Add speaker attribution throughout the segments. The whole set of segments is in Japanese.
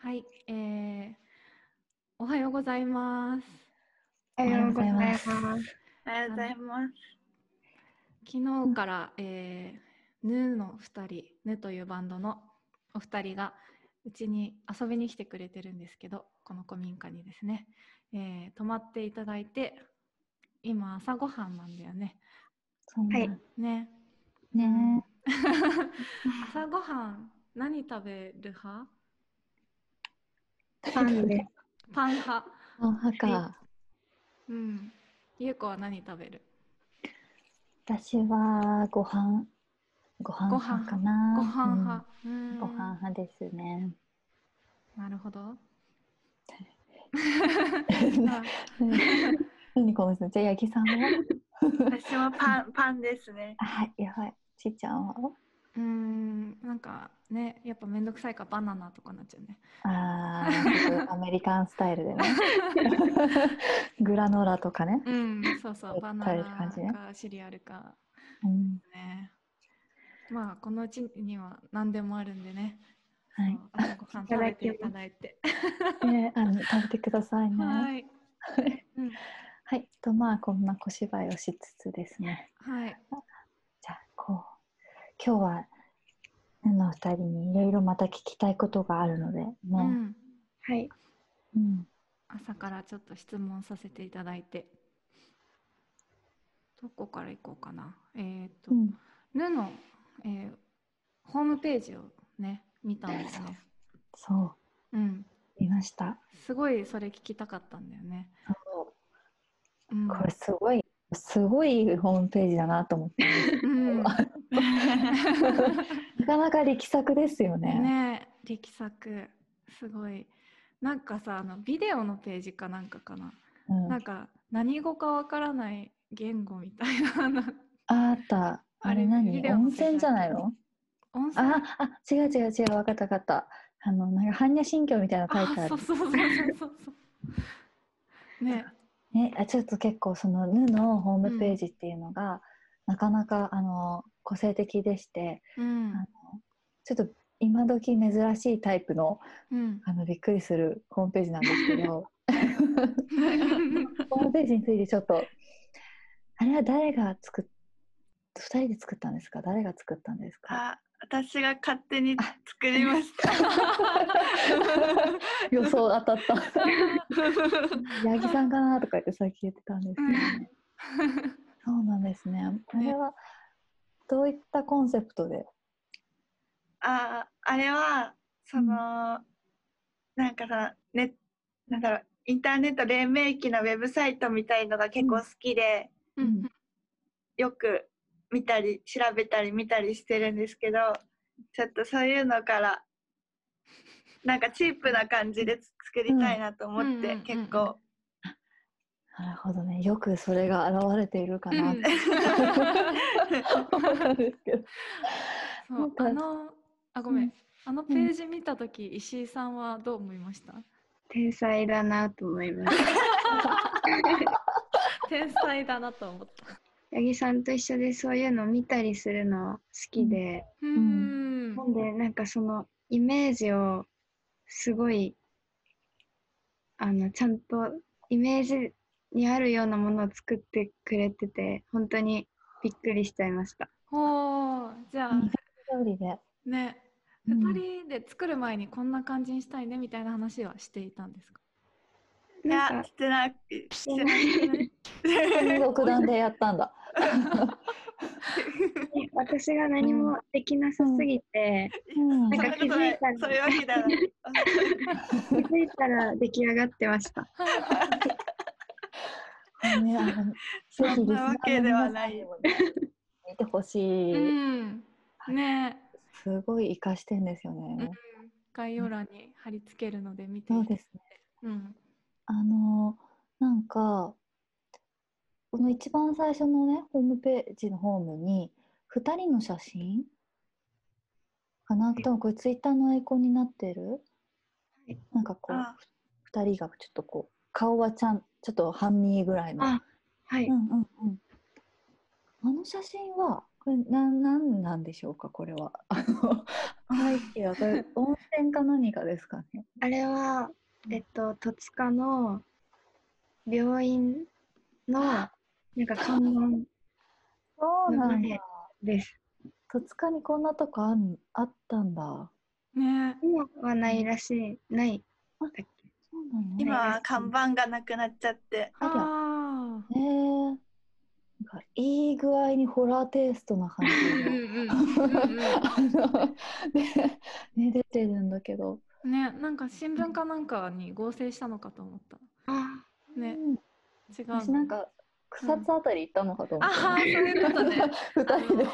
Speaker 1: はい、えー、おはようございます。
Speaker 2: おはようございます。お
Speaker 3: はようございます。
Speaker 1: 昨日から、えー、ヌーの2人、ヌというバンドのお二人がうちに遊びに来てくれてるんですけど、この古民家にですね、えー、泊まっていただいて、今朝ごはんなんだよね。
Speaker 2: はい。
Speaker 1: ね。
Speaker 2: ね。
Speaker 1: 朝ごはん何食べる派？
Speaker 3: パンで
Speaker 1: パン派。
Speaker 2: パン派か。
Speaker 1: うん。ゆうこは何食べる？
Speaker 2: 私はご飯。ご飯派かな。、
Speaker 1: ご飯派。うん
Speaker 2: ご飯派ですね。
Speaker 1: なるほど。
Speaker 2: 何この人じゃあ八木さ んは
Speaker 3: 私はパンパンですね。
Speaker 2: はい、やばい。ちーちゃんは
Speaker 1: うんなんかねやっぱ面倒くさいからバナナとかなっちゃうね
Speaker 2: あ あアメリカンスタイルでねグラノーラとかね
Speaker 1: うん そうそうバナナかシリアルか、
Speaker 2: うん、
Speaker 1: ねまあこのうちには何でもあるんでね
Speaker 2: はい、
Speaker 1: 朝ごはん食べていただいて、
Speaker 2: ね、あの食べてください ね
Speaker 1: はい、
Speaker 2: うん、はい、とまあこんな小芝居をしつつですね
Speaker 1: はい、
Speaker 2: じゃあこう今日はヌの二人にいろいろまた聞きたいことがあるのでね、うん
Speaker 3: はい、
Speaker 2: うん、
Speaker 1: 朝からちょっと質問させていただいてどこから行こうかなえっ、ー、と、うん、ヌの、えー、ホームページをね見たんですね、
Speaker 2: そう
Speaker 1: うん、
Speaker 2: 見ました
Speaker 1: すごいそれ聞きたかったんだよね
Speaker 2: そう、うん、これすごいすごいホームページだなと思って、 うん、なかなか力作ですよね。
Speaker 1: ね力作すごいなんかさあのビデオのページかなんかかな、うん、なんか何語かわからない言語みたいな
Speaker 2: あったあれ何温泉じゃない の
Speaker 1: 温泉
Speaker 2: ああ違う違う違う分かった分かったあのなんか般若心経みたいな書いてある
Speaker 1: そうそうそうそうそうね
Speaker 2: ね、あちょっと結構そのヌのホームページっていうのが、うん、なかなかあの個性的でして、
Speaker 1: うん、
Speaker 2: あのちょっと今時珍しいタイプの,
Speaker 1: うん、
Speaker 2: あのびっくりするホームページなんですけどホームページについてちょっとあれは誰が作っ2人で作ったんですか誰が作ったんです か
Speaker 3: 私が勝手に作りました。
Speaker 2: 予想当たった。八木さんかなとか言ってさっき言ってたんですけど、ね、そうなんですね。あれはどういったコンセプトで？
Speaker 3: あ、あれはその、うん、なんかさ、ね、なんだろう、インターネット黎明期のウェブサイトみたいのが結構好きで、
Speaker 1: うん、
Speaker 3: よく見たり調べたり見たりしてるんですけどちょっとそういうのからなんかチープな感じで作りたいなと思って、結構。
Speaker 2: なるほどねよくそれが現れているかなって、うん、ですけど
Speaker 1: そうあのあごめん、うん、あのページ見た時、うん、石井さんはどう思いました
Speaker 4: 天才だなと思いまし
Speaker 1: 天才だなと思った。
Speaker 4: 八木さんと一緒でそういうの見たりするの好きで、
Speaker 1: うん、
Speaker 4: なんでなんかそのイメージをすごいあのちゃんとイメージにあるようなものを作ってくれてて本当にびっくりしちゃいました。
Speaker 1: おじゃあ
Speaker 2: 通りで。
Speaker 1: ね、うん、2人で作る前にこんな感じにしたいねみたいな話はしていたんですか
Speaker 3: いや、してない。してない
Speaker 2: 独断でやったんだ。
Speaker 4: 私が何もできなさすぎて、なんか気づいたら、
Speaker 3: そういうわけ だ。
Speaker 4: 気づいたら出来上がってました。
Speaker 2: ね、あの、
Speaker 3: そんなわけではないよね。
Speaker 2: 見てほしい。
Speaker 1: ね。
Speaker 2: すごい活かしてんですよね。
Speaker 1: 概要欄に貼り付けるので見て。
Speaker 2: そうですね。
Speaker 1: うん。
Speaker 2: あのなんかこの一番最初のねホームページのホームに2人の写真かな多分これツイッターのアイコンになってるなんかこうあ2人がちょっとこう顔はちゃんちょっと半身ぐらいの
Speaker 4: あ,、はい
Speaker 2: うんうんうん、あの写真はこれななんなんでしょうかこれは。背景はこれ温泉か何かですかね。
Speaker 4: あれは、えっと、戸塚の病院の、なんか看板
Speaker 2: そう
Speaker 4: の
Speaker 2: なん
Speaker 4: 前
Speaker 2: だ。
Speaker 4: です。
Speaker 2: 戸塚にこんなとこあんあったんだ。
Speaker 1: ね
Speaker 4: 今はないらしい、ない。
Speaker 2: そうなの
Speaker 3: 今は看板がなくなっちゃって
Speaker 2: ありゃ
Speaker 1: あ
Speaker 2: ねえなんかいい具合にホラーテイストな感
Speaker 1: ー
Speaker 2: じ
Speaker 1: う
Speaker 2: が
Speaker 1: んうんうんうん
Speaker 2: あのねね出てるんだけど、
Speaker 1: ねなんか新聞かなんかに合成したのかと思った
Speaker 4: あ
Speaker 1: ね
Speaker 2: う
Speaker 1: 違
Speaker 2: ん
Speaker 1: うの
Speaker 2: 私なんか草津あたり行ったのかと思
Speaker 1: あ
Speaker 2: っ
Speaker 1: あ
Speaker 2: た、
Speaker 1: そういうことね
Speaker 2: 二人で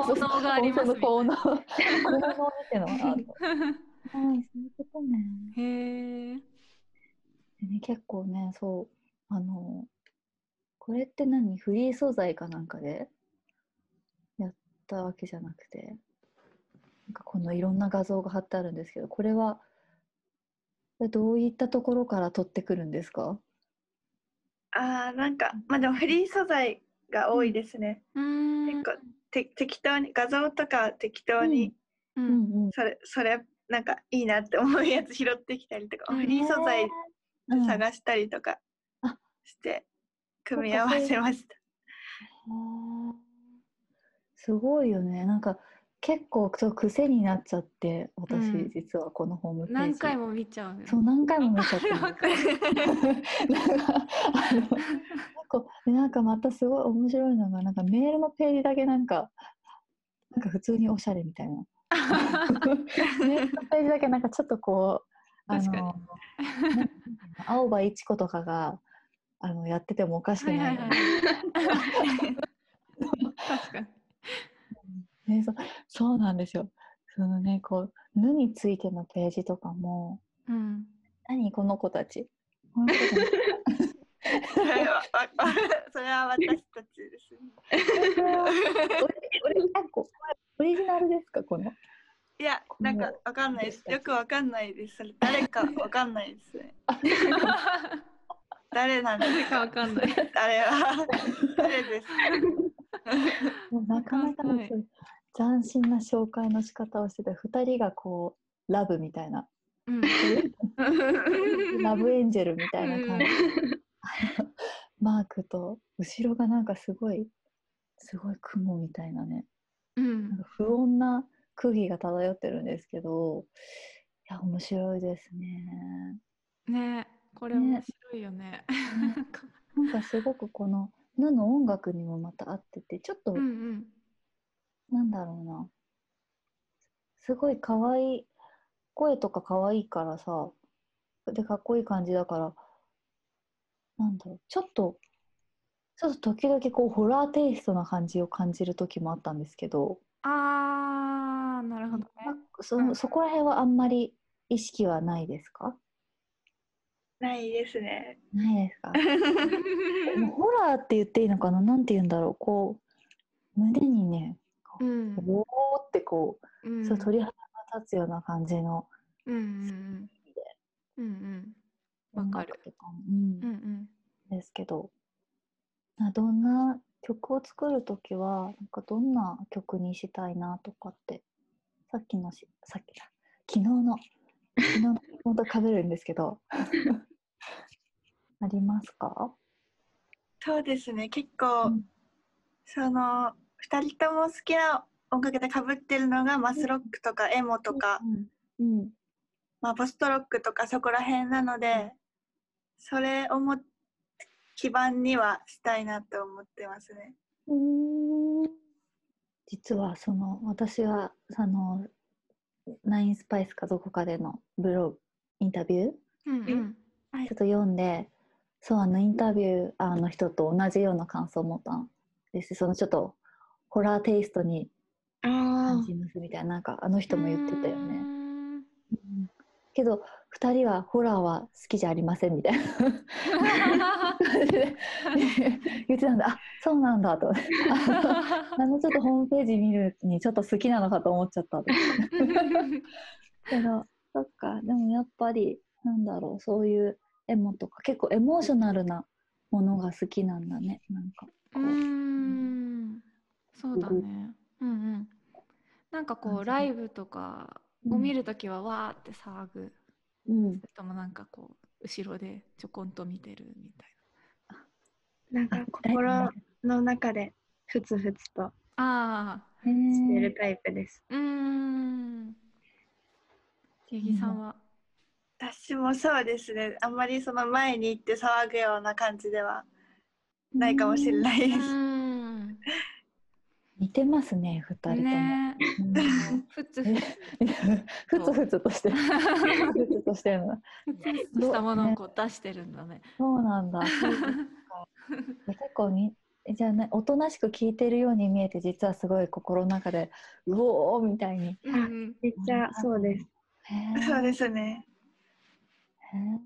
Speaker 1: 効能がありますみたいな
Speaker 2: 効 能効能ってのがあるはいそういうことね
Speaker 1: へえ
Speaker 2: でね結構ねそうあのこれって何フリー素材かなんかでやったわけじゃなくてなんかこのいろんな画像が貼ってあるんですけどこれはこれどういったところから撮ってくるんですか
Speaker 3: あーなんかまあでもフリー素材が多いですね、
Speaker 1: うーん
Speaker 3: 結構て適当に画像とかは適当に、
Speaker 1: う
Speaker 2: うんんうん
Speaker 3: それそれなんかいいなって思うやつ拾ってきたりとか、
Speaker 1: うん
Speaker 3: フリー素材
Speaker 2: うん
Speaker 3: 探したりとか
Speaker 2: あ
Speaker 3: して組み合わせました。
Speaker 2: へーすごいよねなんか結構ちょっと癖になっちゃって私、
Speaker 1: うん
Speaker 2: 実はこのホームページ
Speaker 1: 何回も見ちゃうよ
Speaker 2: そう何回も見ちゃってる
Speaker 1: わかる
Speaker 2: なんかあのこうでなんかまたすごい面白いのがなんかメールのページだけなんかなんか普通におしゃれみたいな メールのページだけなんかちょっとこうあ
Speaker 1: 確かに
Speaker 2: のなんていうのかな青葉一子とかがあのやっててもおかしく
Speaker 1: はいは
Speaker 2: ないいよ
Speaker 1: は
Speaker 2: う
Speaker 1: い
Speaker 2: な
Speaker 1: 確かに
Speaker 2: ね、そそうなんですよ。そのね、こう、ぬについてのページとかも、
Speaker 1: うん
Speaker 2: 何この子たち。この子た ち
Speaker 3: それはわそれは私たちです、ね。
Speaker 2: オリオリあこオリジナルですか、この。
Speaker 3: いやなんかわかんないです。よくわかんないです。それ誰かわかんないです ね。誰なんで
Speaker 1: 誰
Speaker 3: す
Speaker 1: か
Speaker 3: か
Speaker 1: わかんない
Speaker 3: 誰 は誰です
Speaker 2: もうなかなかね、そういう斬新な紹介の仕方をしてて、二人がこう、ラブみたい な、
Speaker 1: うん
Speaker 2: ラブエンジェルみたいな感じ。 マークと、後ろがなんかすごい、すごい雲みたいなね。
Speaker 1: うん
Speaker 2: なんか不穏な空気が漂ってるんですけど、いや、面白いですね。
Speaker 1: ねこれ
Speaker 2: ね
Speaker 1: 面白いよね。なんか
Speaker 2: なんかすごくこの、ぬの音楽にもまた合ってて、ちょっと
Speaker 1: う、ん
Speaker 2: なんだろうな。すごい可愛い、声とか可愛いからさ、で、かっこいい感じだから、なんだろう、ちょっと、ちょっと時々こう、ホラーテイストな感じを感じる時もあったんですけど、
Speaker 1: うん。あーなるほ どね。
Speaker 2: まあそ
Speaker 1: うん
Speaker 2: そこら辺はあんまり意識はないですか
Speaker 3: ないですね。
Speaker 2: ない ですかもうホラーって言っていいのかななんて言うんだろうこう胸にね
Speaker 1: うん
Speaker 2: おおってこ
Speaker 1: う
Speaker 2: う、
Speaker 1: ん。
Speaker 2: そう鳥肌が立つような感じの
Speaker 1: うんうんうん。うんうん。わ
Speaker 2: 音
Speaker 1: か
Speaker 2: 楽
Speaker 1: る。
Speaker 2: とかも、うん
Speaker 1: うんうん。
Speaker 2: ですけどなどんな曲を作るときはなんかどんな曲にしたいなとかってさっきのしさっきだ昨日の昨日の本当かぶるんですけど ありますか
Speaker 3: そうですね結構、
Speaker 2: うん
Speaker 3: その2人とも好きな音楽でかぶってるのがマスロックとかエモとか、
Speaker 2: うん、うん
Speaker 3: まあ、ポストロックとかそこら辺なので、それをも基盤にはしたいなと思ってますね。
Speaker 2: うーん実はその私はそのナインスパイスかどこかでのブログインタビューち
Speaker 1: うんうん。
Speaker 2: ょっと読んでそうあのインタビューあの人と同じような感想を持ったんですそのちょっとホラーテイストに
Speaker 4: あ
Speaker 2: 感じますみたいななんかあの人も言ってたよ
Speaker 1: うー
Speaker 2: ね、
Speaker 1: ん。
Speaker 2: うんけど2人はホラーは好きじゃありませんみたいな言ってたんであそうなんだとあのちょっとホームページ見るにちょっと好きなのかと思っちゃったと けどそっかでもやっぱりなんだろうそういうエモとか結構エモーショナルなものが好きなんだねなんか
Speaker 1: うーん。そうだね。うんうん。なんか
Speaker 2: 感
Speaker 1: こ
Speaker 2: じ
Speaker 1: う
Speaker 2: で
Speaker 1: ライブとかを見るときはわーって騒ぐ、
Speaker 2: うん
Speaker 1: それともなんかこう後ろでちょこんと見てるみたい
Speaker 4: なんか心の中でふつふつと
Speaker 1: な。あ
Speaker 2: へー
Speaker 4: してるタイプです。
Speaker 1: あ、うーん。ジェギさんは。
Speaker 3: 私もそうですねあんまりその前に行って騒ぐような感じではないかもしれ
Speaker 2: い。
Speaker 3: ないうです、
Speaker 1: ーん。
Speaker 2: 似てますね、二人とも。
Speaker 1: ねえ。
Speaker 2: うん
Speaker 1: ふつふつ
Speaker 2: ふつふつとしてる。ふつふつとしてるの。
Speaker 1: ふつしたものをこう出してるんだね。
Speaker 2: そうなんだ。結構に、じゃあね、おとなしく聞いてるように見えて、実はすごい心の中で、うおーみたいに。
Speaker 1: うんうん
Speaker 4: めっちゃそうです。
Speaker 2: へー
Speaker 3: そうですね
Speaker 2: へー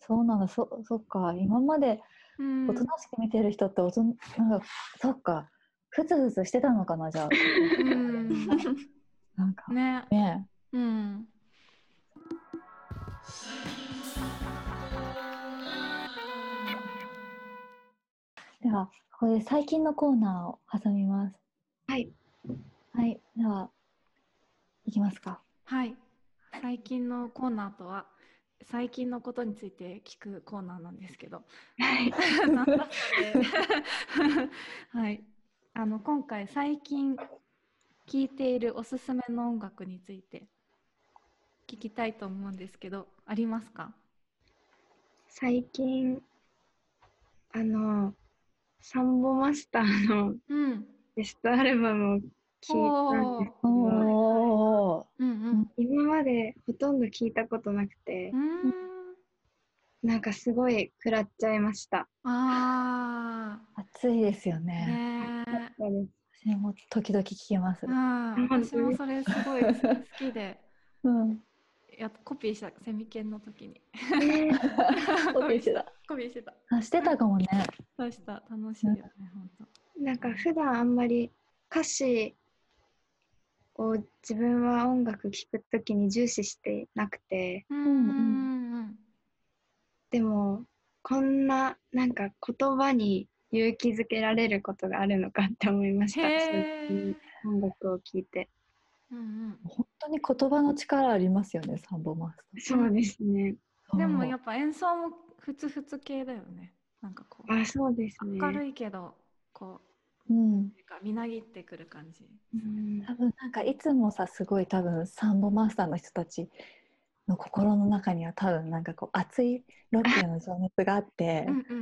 Speaker 2: そうなんだ。そ、そっか。今まで
Speaker 1: うん
Speaker 2: おとなしく見てる人っておと、なんか、そっか。ふつふつしてたのかな、じゃあ。
Speaker 1: うん
Speaker 2: なんか、
Speaker 1: ね。
Speaker 2: ねえ。
Speaker 1: うん。
Speaker 2: では、ここで最近のコーナーを挟みます。
Speaker 4: はい。
Speaker 2: はい。では、いきますか。
Speaker 1: はい。最近のコーナーとは、最近のことについて聞くコーナーなんですけど。
Speaker 4: はい。
Speaker 1: なんだそれはい。あの、今回最近聴いているおすすめの音楽について聞きたいと思うんですけど、ありますか
Speaker 4: 最近、あの、サンボマスターの
Speaker 1: うん。
Speaker 4: ベストアルバムを聞いたんですけ
Speaker 1: お
Speaker 4: ど、
Speaker 2: おー。
Speaker 1: うんうん。
Speaker 4: 今までほとんど聞いたことなくて
Speaker 1: う、ーん。
Speaker 4: なんかすごい食らっちゃいました。
Speaker 1: あ
Speaker 2: 暑いですよ
Speaker 1: ー。
Speaker 2: ね。
Speaker 1: ねえ。
Speaker 4: そうです
Speaker 2: 私も時々聞きます
Speaker 1: う。ん。
Speaker 4: 本当に
Speaker 1: 私もそれすごい好きで。
Speaker 2: うん。
Speaker 1: やっコピーしたセミ研の時に
Speaker 2: コピーしてた。
Speaker 1: コピーしてた
Speaker 2: あ、してたかもね。
Speaker 1: そうした楽しいよね本当
Speaker 4: なんか普段あんまり歌詞を自分は音楽聴くときに重視してなくて
Speaker 1: うんん
Speaker 4: でもこんななんか言葉に勇気づけられることがあるのかって思いました
Speaker 1: へー
Speaker 4: 音楽を聴いて
Speaker 1: うんうん
Speaker 2: 本当に言葉の力ありますよね、サンボマス
Speaker 4: そうですね
Speaker 2: ター。
Speaker 1: でも
Speaker 2: そう
Speaker 1: やっぱ演奏もふつふつ系だよねなんかこう
Speaker 4: あそうですね
Speaker 1: 明るいけどこ
Speaker 2: う
Speaker 1: う。な
Speaker 2: ん
Speaker 1: んかみなぎってくる感じ
Speaker 4: うん
Speaker 2: 多分なんかいつもさ、すごい多分サンボマスターの人たちの心の中には多分なんかこう熱いロックへの情熱があって
Speaker 1: う、んうん
Speaker 4: 確か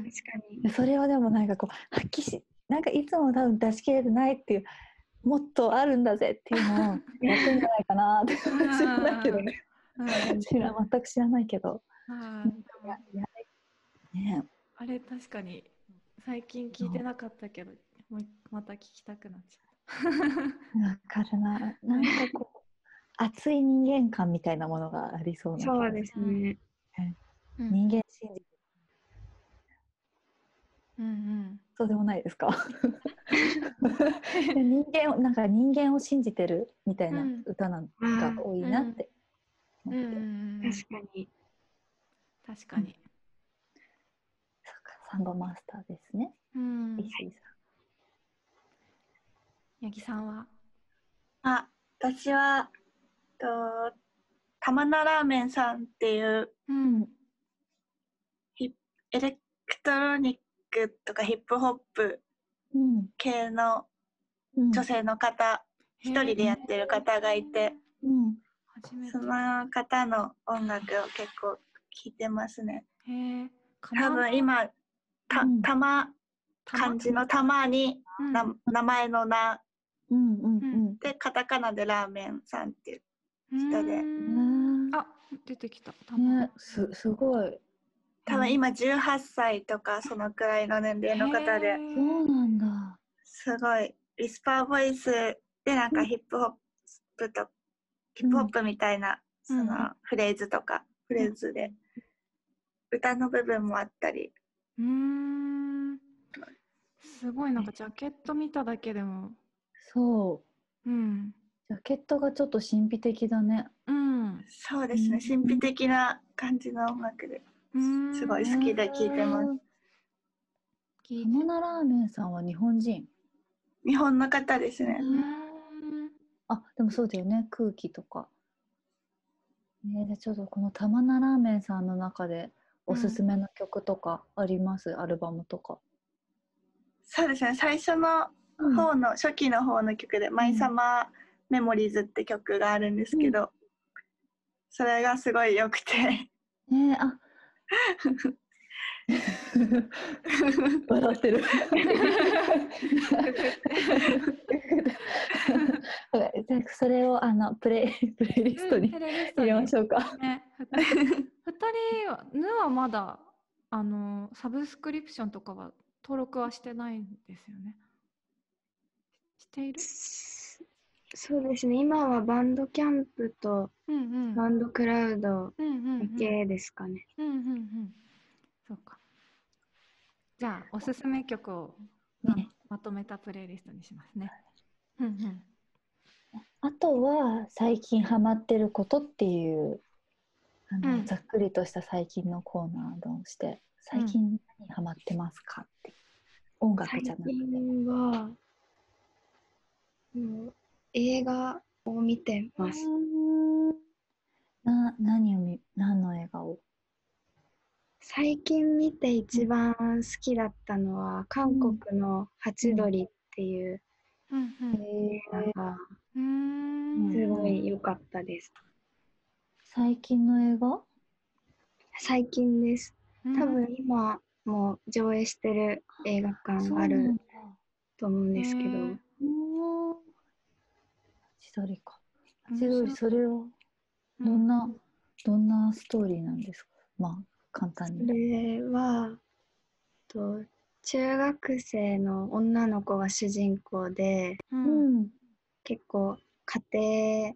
Speaker 4: に
Speaker 2: でそれをでもなんかこう発揮し、なんかいつも多分出し切れてないっていう、もっとあるんだぜっ ていうのをやってんじゃないかなって知らないけどね。
Speaker 1: うん
Speaker 2: 知ら全く知らないけど。
Speaker 1: あーでも
Speaker 2: ね、
Speaker 1: あれ確かに最近聞いてなかったけどもうまた聞きたくなっちゃう
Speaker 2: わかるな。なんかこう、熱い人間感みたいなものがありそうな気が
Speaker 4: そうですね
Speaker 1: うん
Speaker 2: 人間心理、
Speaker 1: うんうん
Speaker 2: そうでもないで すか人間を、なんか人間を信じてるみたいな
Speaker 1: うん
Speaker 2: 歌なん
Speaker 4: あー
Speaker 2: が多いなって思
Speaker 1: う
Speaker 2: って。
Speaker 1: んうんうん
Speaker 4: 確かに
Speaker 1: 確かに
Speaker 2: そっか、サンドマスターですね。
Speaker 1: うん
Speaker 2: 石井
Speaker 1: 八木さんは
Speaker 3: あ私はと玉名ラーメンさんっていう
Speaker 1: うん
Speaker 3: エレクトロニックとかヒップホップ
Speaker 2: さん。うん。
Speaker 3: 系の
Speaker 2: うん
Speaker 3: 女性の方一、人でやってる方がいて
Speaker 2: うん。
Speaker 1: 初めて
Speaker 3: その方の音楽を結構聴いてますね
Speaker 1: へえ
Speaker 3: 多分今た
Speaker 2: うん
Speaker 3: たま漢字のたまにな名前の名
Speaker 2: うんうんうん
Speaker 3: でカタカナでラーメンさんっていう下で
Speaker 2: うん。
Speaker 1: あ出てきたた
Speaker 2: ね、すすごい。
Speaker 3: 多分今18歳とかそのくらいの年齢の方で
Speaker 2: そうなんだ。
Speaker 3: すごいウィスパーボイスでなんかヒップホップと、ヒップホップみたいなそのフレーズとか、フレーズで歌の部分もあったり
Speaker 1: うーんすごいなんかジャケット見ただけでも
Speaker 2: そう。
Speaker 1: うん
Speaker 2: ジャケットがちょっと神秘的だね。
Speaker 1: うんう
Speaker 3: そうですね神秘的な感じの音楽で
Speaker 1: ーん
Speaker 3: すごい好きで聴いてます
Speaker 1: 聞い
Speaker 2: す
Speaker 1: て
Speaker 2: モナラーメンさんは日本人。
Speaker 3: 日本の方ですね
Speaker 1: うーん
Speaker 2: あ、でもそうだよね。空気とか。ねでちょっとこの玉名ラーメンさんの中でおすすめの曲とかあります、アルバムとか。
Speaker 3: そうですね最初の
Speaker 2: うん
Speaker 3: 方の、初期の方の曲で「マイサマーメモリーズ」って曲があるんですけど、それがすごい良くて
Speaker 2: ねえあ 笑って る。じゃあそれをあのプレイプレイリストに
Speaker 1: プレイリスト
Speaker 2: 入
Speaker 1: に
Speaker 2: れましょうか。
Speaker 1: ね、二人は、ぬはまだ、あの、サブスクリプションとかは登録はしてないんですよね。している
Speaker 4: すそうですね今はバンドキャンプと
Speaker 1: うんうん。
Speaker 4: バンドクラウド
Speaker 1: うんうんう
Speaker 4: だ
Speaker 1: ん。
Speaker 4: けですかね、
Speaker 1: うんうんうん。そうか。じゃあ、おすすめ曲を
Speaker 2: ね
Speaker 1: まとめたプレイリストにしますね。うんうん。
Speaker 2: あとは最近ハマってることっていうあの、
Speaker 1: うん
Speaker 2: ざっくりとした最近のコーナーをして最近何ハマってますかって音楽
Speaker 4: 最
Speaker 2: じゃなくて
Speaker 4: 近はもう映画を見てます、
Speaker 2: うーんな何を見何の映画を
Speaker 4: 最近見て一番好きだったのは韓国の「ハチドリ」っていう
Speaker 1: うんうん。
Speaker 4: 映画が
Speaker 1: うーん。
Speaker 4: すごい良かったです
Speaker 2: 最近の映画
Speaker 4: 最近です
Speaker 1: うん
Speaker 4: 多分今も上映してる映画館があると思うんですけど、
Speaker 1: へー
Speaker 2: うん千鳥か
Speaker 1: 面
Speaker 2: 千
Speaker 1: 白い
Speaker 2: 鳥それを
Speaker 1: う
Speaker 2: どんな、どんなストーリーなんですかまあ簡単
Speaker 4: こ
Speaker 2: に
Speaker 4: れはと中学生の女の子が主人公で
Speaker 1: うん
Speaker 2: ん
Speaker 4: 結構家庭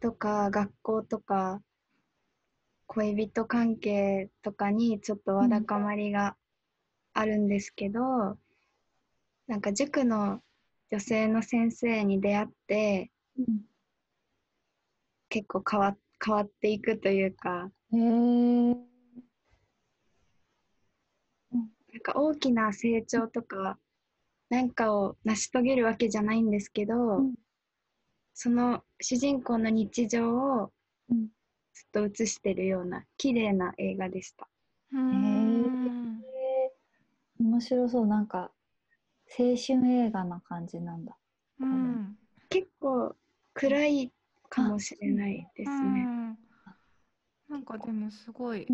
Speaker 4: とか学校とか恋人関係とかにちょっとわだかまりがあるんですけど、なんか塾の女性の先生に出会って
Speaker 2: うん
Speaker 4: 結構変わ変わっていくというか
Speaker 2: へえー、
Speaker 4: なんか大きな成長とか何かを成し遂げるわけじゃないんですけど、
Speaker 2: ん
Speaker 4: その主人公の日常を
Speaker 2: うん
Speaker 4: ずっと映してるような綺麗な映画でした。
Speaker 1: うん
Speaker 2: 面白そうなんか青春映画な感じなんだ
Speaker 1: うん
Speaker 4: 結構暗いかもしれないですね。
Speaker 1: うんなんかでもすごい
Speaker 2: ん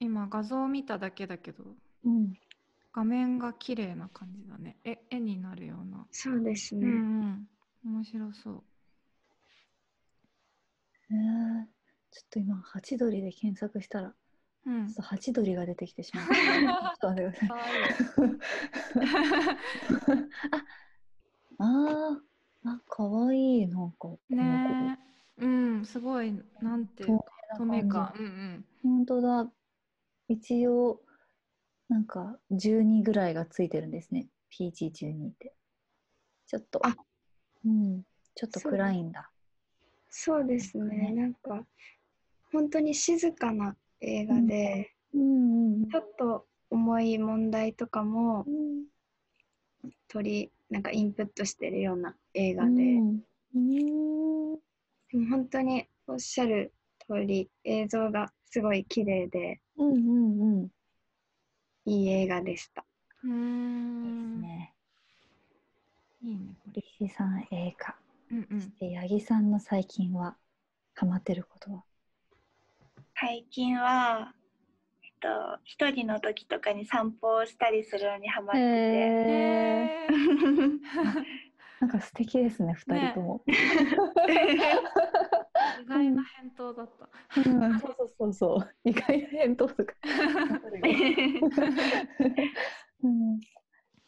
Speaker 1: 今画像を見ただけだけど
Speaker 2: うん
Speaker 1: 画面が綺麗な感じだねえ絵になるような、
Speaker 4: そうですね。
Speaker 1: うんうん面白そう
Speaker 2: えー、ちょっと今ハチドリで検索したら
Speaker 1: うん
Speaker 2: ちょっとハチドリが出てきてしまったち ょっと待ってください
Speaker 1: かわいい
Speaker 2: あーあかわいいなんかこの子
Speaker 1: ねえうんすごいなんていうか透
Speaker 2: 透明
Speaker 1: 明
Speaker 2: な感
Speaker 1: 感
Speaker 2: じ
Speaker 1: うんうん
Speaker 2: 本当だ一応なんか12ぐらいがついてるんですね PG12 ってちょっと
Speaker 4: あ
Speaker 2: うんちょっと
Speaker 4: そう
Speaker 2: 暗いんだ
Speaker 4: そうです
Speaker 2: ね
Speaker 4: ね。なんか本当に静かな映画で、
Speaker 2: うんうん
Speaker 4: ちょっと重い問題とかも
Speaker 2: うん
Speaker 4: 取りなんかインプットしてるような映画
Speaker 2: う
Speaker 4: で。
Speaker 2: んうん
Speaker 4: でも本当におっしゃる通り映像がすごい綺麗で
Speaker 2: うんうんうん
Speaker 4: いい映画でした。
Speaker 1: うーん
Speaker 2: ね
Speaker 1: いいねこれ
Speaker 2: 力士さん映画
Speaker 1: うんう
Speaker 2: そ
Speaker 1: ん
Speaker 2: して八木さんの最近はハマってることは
Speaker 3: 最近は、えっと、一人の時とかに散歩をしたりするのにハマってて、
Speaker 2: え
Speaker 1: え
Speaker 2: なんか素敵ですね二
Speaker 1: ね
Speaker 2: 人とも、
Speaker 1: ー、意外な返答だ った
Speaker 2: うんそうそうそうそう意外な返答と かうん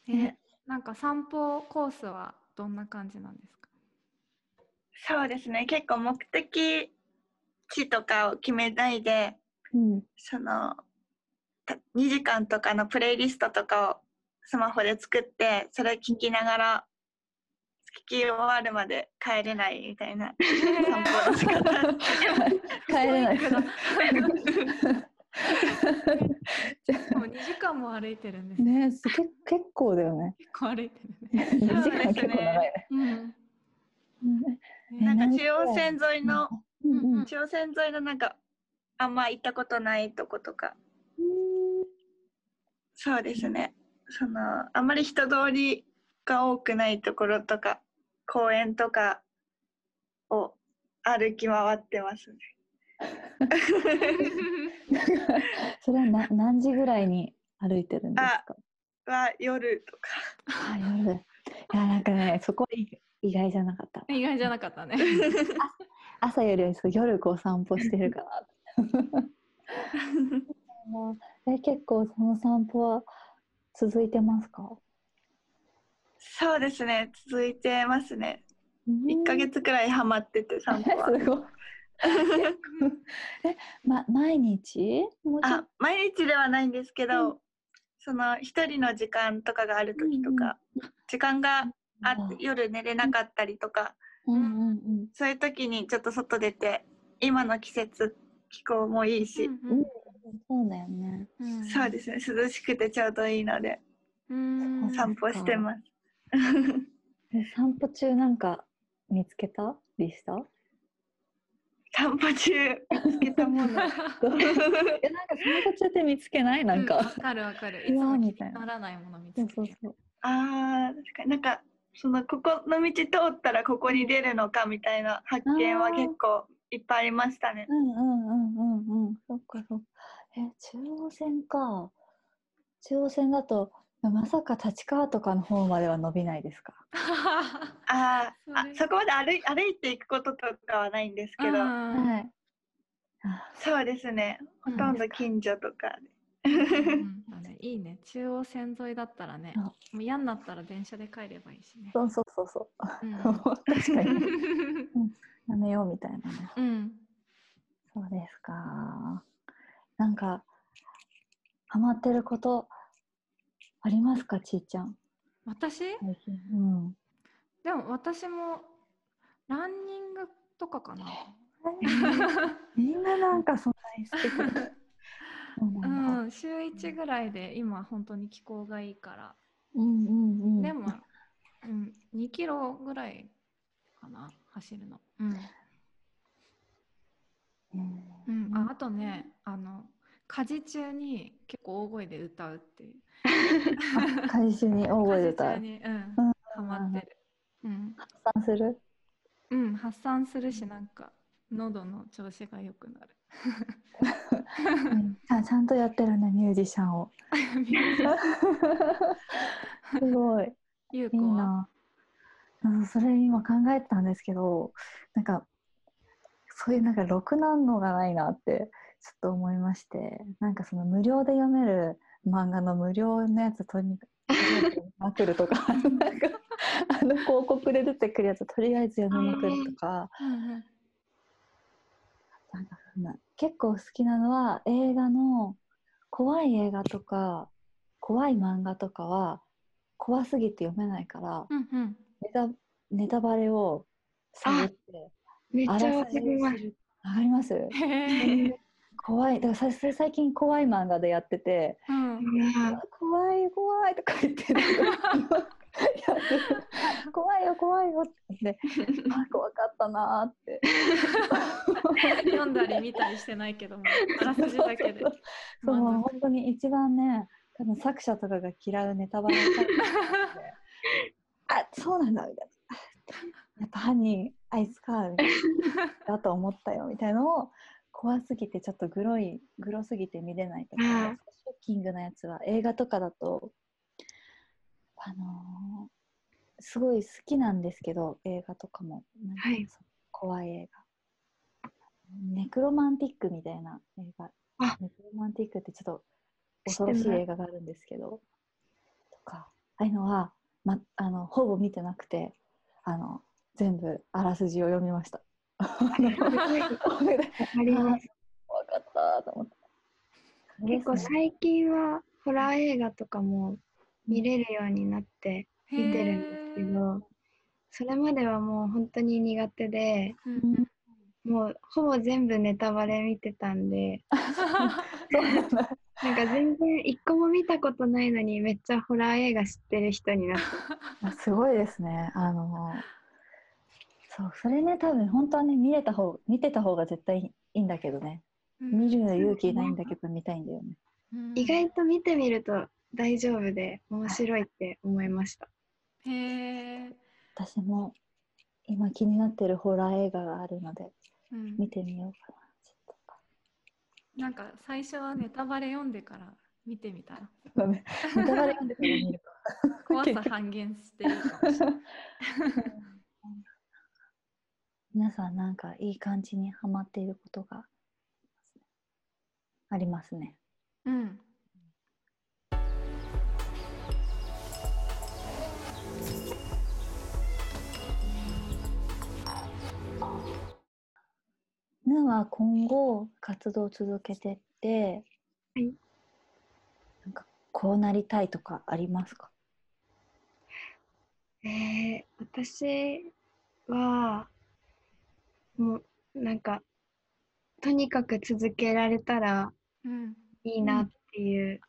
Speaker 1: ね、なんか散歩コースはどんな感じなんですか。
Speaker 3: そうですね結構目的地とかを決めないで
Speaker 2: うん
Speaker 3: そのた2時間とかのプレイリストとかをスマホで作ってそれ聞きながら聞き終わるまで帰れないみたいな散歩の仕方
Speaker 2: 帰れない
Speaker 1: ストイックな
Speaker 2: じゃ
Speaker 1: でも二時間も歩いてるんで
Speaker 2: あ
Speaker 1: すね。
Speaker 2: ねす結結構だよね
Speaker 1: 結構歩いてるね。
Speaker 2: 2時間は結構長いね
Speaker 1: うん。
Speaker 2: うん
Speaker 3: か中央線沿いの、
Speaker 2: うんうん
Speaker 1: うん
Speaker 3: 中央線沿いのなんかあんま行ったことないとことかそうですねそのあんまり人通りが多くないところとか公園とかを歩き回ってますね
Speaker 2: それはな何時ぐらいに歩いてるんですか
Speaker 3: は夜とか
Speaker 2: あ夜。いや、なんかね、そこ意意外じゃなかった。
Speaker 1: 意外じゃなかったね。。
Speaker 2: 朝よりそう夜こう散歩してるから。え結構その散歩は続いてますか
Speaker 3: そうですね続いてますね
Speaker 2: 1
Speaker 3: 1ヶ月くらいハマってて散歩は
Speaker 2: す ごい。え、ま、毎日もうちょっ
Speaker 3: あ毎日ではないんですけど、その一人の時間とかがある時とか、時間があって夜寝れなかったりとか、
Speaker 2: と。うんうんうん。
Speaker 3: そういう時にちょっと外出て今の季節気候もいいし、
Speaker 2: そうだよね。
Speaker 3: そうですすね涼しくてちょうどいいので
Speaker 1: うん
Speaker 3: 散歩してます。
Speaker 2: え散歩中なんか見つけたりした
Speaker 3: 散歩中見つけたもの
Speaker 2: え、なんか散歩中って見つけないなん
Speaker 1: う
Speaker 2: か
Speaker 1: わ。かるわかる。いつ
Speaker 2: うわ
Speaker 1: も
Speaker 2: ー
Speaker 1: 気に
Speaker 2: みたいな
Speaker 1: な。らないもの見
Speaker 2: そう
Speaker 1: つ
Speaker 2: そう
Speaker 1: けて。
Speaker 2: そう。
Speaker 3: あー確かになんかそのここの道通ったらここに出るのかみたいな発見は結構いっぱいありましたね。
Speaker 2: うんうんうんうんうん。そっかそっか。え、中央線か。中央線だと、まさか立川とかの方までは伸びないですか。
Speaker 3: あーあ
Speaker 1: それ
Speaker 3: そこまで歩い歩いていくこととかはないんです けど、
Speaker 1: うん
Speaker 2: い。あ
Speaker 3: そうですねほとんど近所とか
Speaker 1: うんだねいいね中央線沿いだったらね
Speaker 2: そう
Speaker 1: もう嫌になったら電車で帰ればいいしね。
Speaker 2: そうそうそうそ
Speaker 1: う
Speaker 2: う。
Speaker 1: ん
Speaker 2: 確 かに。やめようみたいなね。
Speaker 1: うん
Speaker 2: そうですか。なんか、ハマってること、ありますか、ちーちゃん。
Speaker 1: 私
Speaker 2: 最近うん。
Speaker 1: でも私もランニングとかかな。
Speaker 2: みんななんかそんなに好きそうそうなんだ。
Speaker 1: うん、週1ぐらいで今本当に気候がいいから、
Speaker 2: うんうんうん。
Speaker 1: でも、うん、2キロぐらいかな走るの、うん
Speaker 2: うん、
Speaker 1: うん、ああとねあの家事中に結構大声で歌うっていう
Speaker 2: 回収に大声で歌
Speaker 1: 家事中
Speaker 2: う。
Speaker 1: に、うん
Speaker 2: うん
Speaker 1: ハマってる、うん
Speaker 2: 発散する
Speaker 1: うん、発散するしなんか喉の調子が良くなる
Speaker 2: あちゃんとやってるねミュージシャンをすごい
Speaker 1: ゆう
Speaker 2: い
Speaker 1: こ
Speaker 2: い
Speaker 1: は
Speaker 2: なうんそれ今考えてたんですけどなんかそういうなんかろくなのがないなってちょっと思いましてなんかその無料で読める漫画の無料のやつとにかくまくると かなんかあの広告で出てくるやつとりあえず読みまくるとか。
Speaker 1: うんうん
Speaker 2: なんかそんな結構好きなのは映画の怖い映画とか怖い漫画とかは怖すぎて読めないから
Speaker 1: うんうん
Speaker 2: ネタネタバレを探って
Speaker 4: めっちゃ
Speaker 2: あ
Speaker 4: わ
Speaker 2: ら
Speaker 4: か
Speaker 2: すじ
Speaker 4: ります
Speaker 2: す。るわかります
Speaker 1: へえ、
Speaker 2: 怖いだからさ最近怖い漫画でやってて
Speaker 1: うん
Speaker 2: 「あ怖い怖い」とか言っ てなんかやってる怖いよ怖いよって言ってあ怖かったなーって
Speaker 1: 読んだり見たりしてないけども、あらすじだけで。
Speaker 2: そう
Speaker 1: 満足
Speaker 2: 本当に一番ね多分作者とかが嫌うネタバレを書いてるんであそうなんだみたい なやっぱ犯人あいつかみたいなだと思ったよみたいのを怖すぎてちょっとグロいグロすぎて見れないとかシ
Speaker 4: あ
Speaker 2: ョ
Speaker 4: あ
Speaker 2: ッキングなやつは映画とかだとあのーすごい好きなんですけど映画とかもなんか
Speaker 4: はい
Speaker 2: そう怖い映画ネクロマンティックみたいな映画
Speaker 4: あ
Speaker 2: ネクロマンティックってちょっと
Speaker 4: 知っ
Speaker 2: 恐
Speaker 4: てま
Speaker 2: ろ
Speaker 4: す
Speaker 2: しい映画があるんですけどとかああいうのは、ま、あのほぼ見てなくてあの全部あらすじを読みました。あの怖
Speaker 4: わかります。
Speaker 2: かったと思って。
Speaker 4: 結構
Speaker 2: そうですね
Speaker 4: 最近はホラー映画とかも見れるようになって見てるんですけ
Speaker 1: へー
Speaker 4: ど、それまではもう本当に苦手で、
Speaker 1: うん
Speaker 2: うん
Speaker 1: うん
Speaker 4: もうほぼ全部ネタバレ見てたんで、
Speaker 2: そうなんだ
Speaker 4: なんか全然一個も見たことないのにめっちゃホラー映画知ってる人になって、
Speaker 2: あすごいですね。あのそう、それね、多分本当はね、見れた方、見てた方が絶対いいんだけどね。 見るの勇気ないんだけど、見たいんだよね。
Speaker 1: うん
Speaker 4: 意外と見てみると大丈夫で面白いって思いました。
Speaker 1: へえ、
Speaker 2: 私も、今気になってるホラー映画があるので、
Speaker 1: うん
Speaker 2: 見てみようかな。ちょっ
Speaker 1: なんか最初はネタバレ読んでから見てみたら
Speaker 2: とダメネタバレ読んでから見るか。
Speaker 1: 怖さ半減してるかもしれない
Speaker 2: 皆さんなんかいい感じにハマっていることがありますね。
Speaker 1: うん
Speaker 2: ヌは今後活動を続けてって、
Speaker 4: はい
Speaker 2: なんかこうなりたいとかありますか
Speaker 4: えー、私はもうなんかとにかく続けられたら
Speaker 1: うん
Speaker 4: いいなっていう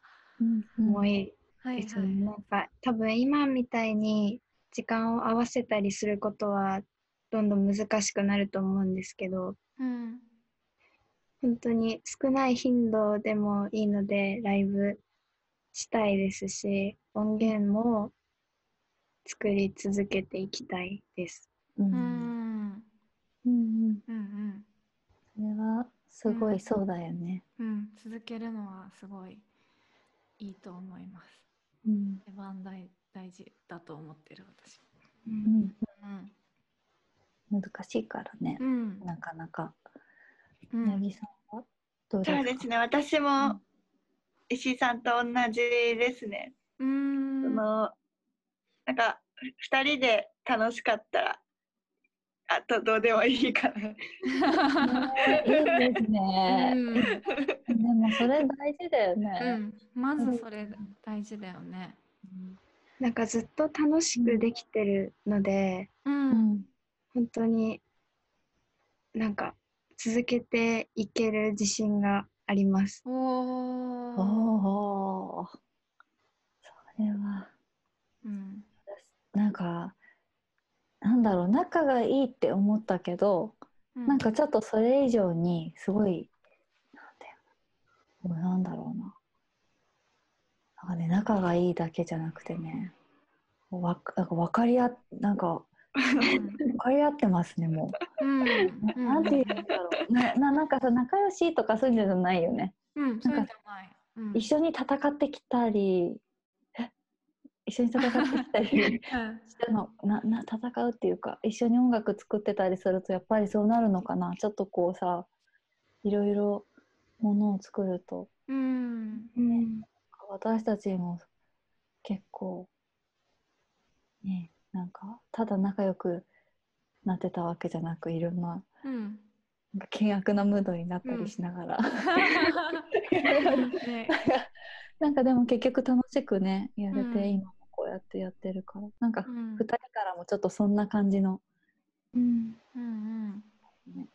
Speaker 2: うん
Speaker 4: 思い
Speaker 1: はいはい
Speaker 4: ですね。なんか多分今みたいに時間を合わせたりすることはどんどん難しくなると思うんですけど
Speaker 1: うん
Speaker 4: 本当に少ない頻度でもいいのでライブしたいですし音源も作り続けていきたいです。
Speaker 2: う
Speaker 1: うんん
Speaker 2: うん
Speaker 1: うんうん
Speaker 2: それはすごいそうだよね。
Speaker 1: うん続けるのはすごいいいと思います
Speaker 2: うん
Speaker 1: 一番大大事だと思ってる私
Speaker 2: うん
Speaker 1: うん
Speaker 2: 難しいからね、
Speaker 1: うん
Speaker 2: なかなか。
Speaker 1: うん
Speaker 2: なぎさんはどうですか
Speaker 3: そうですね私も石井さんと同じですね、
Speaker 1: うーん
Speaker 3: そのなんか2人で楽しかったらあとどうでもいいか な
Speaker 2: ねいいですね。でもそれ大事だよ
Speaker 1: う
Speaker 2: ね。
Speaker 1: んまずそれ大事だよね
Speaker 4: なんかずっと楽しくできてるので、
Speaker 1: うん
Speaker 2: う、ん
Speaker 4: 本当になんか続けていける自信があります。
Speaker 1: おー
Speaker 2: おお、それは
Speaker 1: うん
Speaker 2: なんかなんだろう仲がいいって思ったけど、
Speaker 1: う
Speaker 2: なんかちょっとそれ以上にすごいなんだよもうなんだろうな。なんかね仲がいいだけじゃなくてね、わかなんか分かり合っなんか分かり合ってますねも
Speaker 1: うん
Speaker 2: う。ななんて言うんだろう。なななんかさ仲良しとかそういうんじゃないよね。
Speaker 1: うん、そうじゃない。うん
Speaker 2: 一緒に戦ってきたりえ一緒に戦ってき たりしてのなな戦うっていうか一緒に音楽作ってたりするとやっぱりそうなるのかなちょっとこうさいろいろものを作ると
Speaker 1: うん、
Speaker 4: うん、
Speaker 2: 私たちも結構ねなんかただ仲良くなってたわけじゃなくいろんな
Speaker 1: うん。
Speaker 2: なんか険悪なムードになったりしながら、
Speaker 1: ね、
Speaker 2: なんかでも結局楽しくねやれ
Speaker 1: う
Speaker 2: て
Speaker 1: ん
Speaker 2: 今もこうやってやってるからなんか
Speaker 1: うん
Speaker 2: 二人からもちょっとそんな感じの
Speaker 4: うん、
Speaker 1: うん、うん。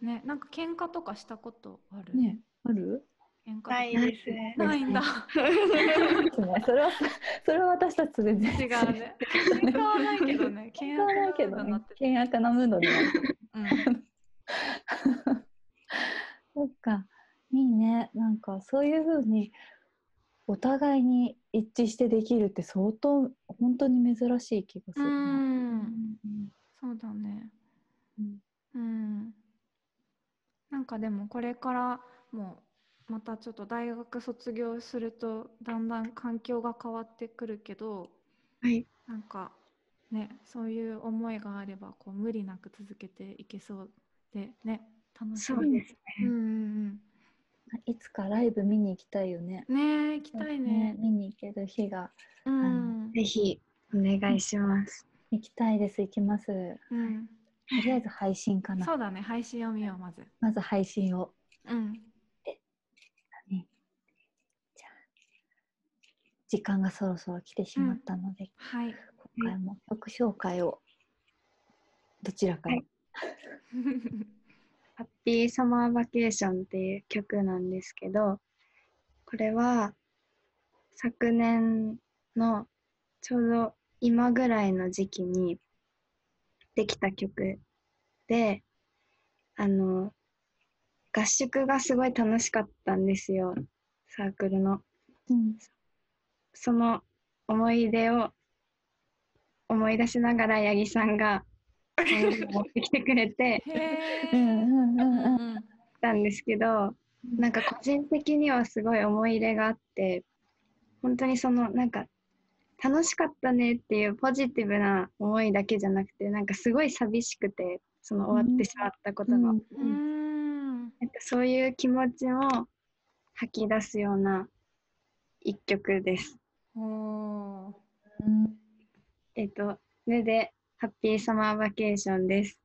Speaker 1: ね、なんか喧嘩とかしたことある。
Speaker 2: ねある
Speaker 1: 喧嘩とか
Speaker 3: ないですね
Speaker 1: ないんだ。
Speaker 2: それはそれは私たち全然
Speaker 1: 違う ね。喧嘩はないけどね。
Speaker 2: 違
Speaker 1: 喧
Speaker 2: うだけ
Speaker 1: 嘩
Speaker 2: ど
Speaker 1: は
Speaker 2: ね
Speaker 1: なってて。
Speaker 2: 険悪なムードに なる
Speaker 1: うん
Speaker 2: そっかいいねなんかそういうふうにお互いに一致してできるって相当本当に珍しい気がす
Speaker 1: う
Speaker 2: るな、
Speaker 1: ん。そうだね。
Speaker 2: うん
Speaker 1: うん。なんかでもこれからもまたちょっと大学卒業するとだんだん環境が変わってくるけど、
Speaker 4: はい、
Speaker 1: なんかね、そういう思いがあればこう無理なく続けていけそうでね、楽し
Speaker 4: そ
Speaker 1: み。
Speaker 4: うです
Speaker 1: うんう
Speaker 4: ね。
Speaker 1: ん
Speaker 2: いつかライブ見に行きたいよね
Speaker 1: うん。ねえ、行きたいね。
Speaker 2: 見に行ける日が
Speaker 1: うん。
Speaker 4: ぜひお願いします。
Speaker 2: 行きたいです行きますと
Speaker 1: うん。
Speaker 2: りあえず配信かな
Speaker 1: そうだね、配信を見よう、まず。
Speaker 2: まず配信を
Speaker 1: うん。
Speaker 2: ねじゃあ時間がそろそろ来てしまったので、
Speaker 1: はい。
Speaker 2: 今回も曲紹介をどちらから、
Speaker 4: はいハッピーサマーバケーションっていう曲なんですけど、これは昨年のちょうど今ぐらいの時期にできた曲で、あの、合宿がすごい楽しかったんですよ、サークルの。
Speaker 2: うん
Speaker 4: その思い出を思い出しながら、八木さんが、あの持ってきてく れて
Speaker 1: へえ。
Speaker 2: う
Speaker 1: うん
Speaker 2: んうんうんうん
Speaker 1: うん
Speaker 4: たんですけど、なんか個人的にはすごい思い入れがあって、本当にそのなんか楽しかったねっていうポジティブな思いだけじゃなくて、なんかすごい寂しくて、その終わってしまったことが。
Speaker 2: うん
Speaker 1: うーん。
Speaker 4: なんかそういう気持ちも吐き出すような一曲です。
Speaker 1: おー
Speaker 2: うん
Speaker 4: えっと、ヌでハッピーサマーバケーションです。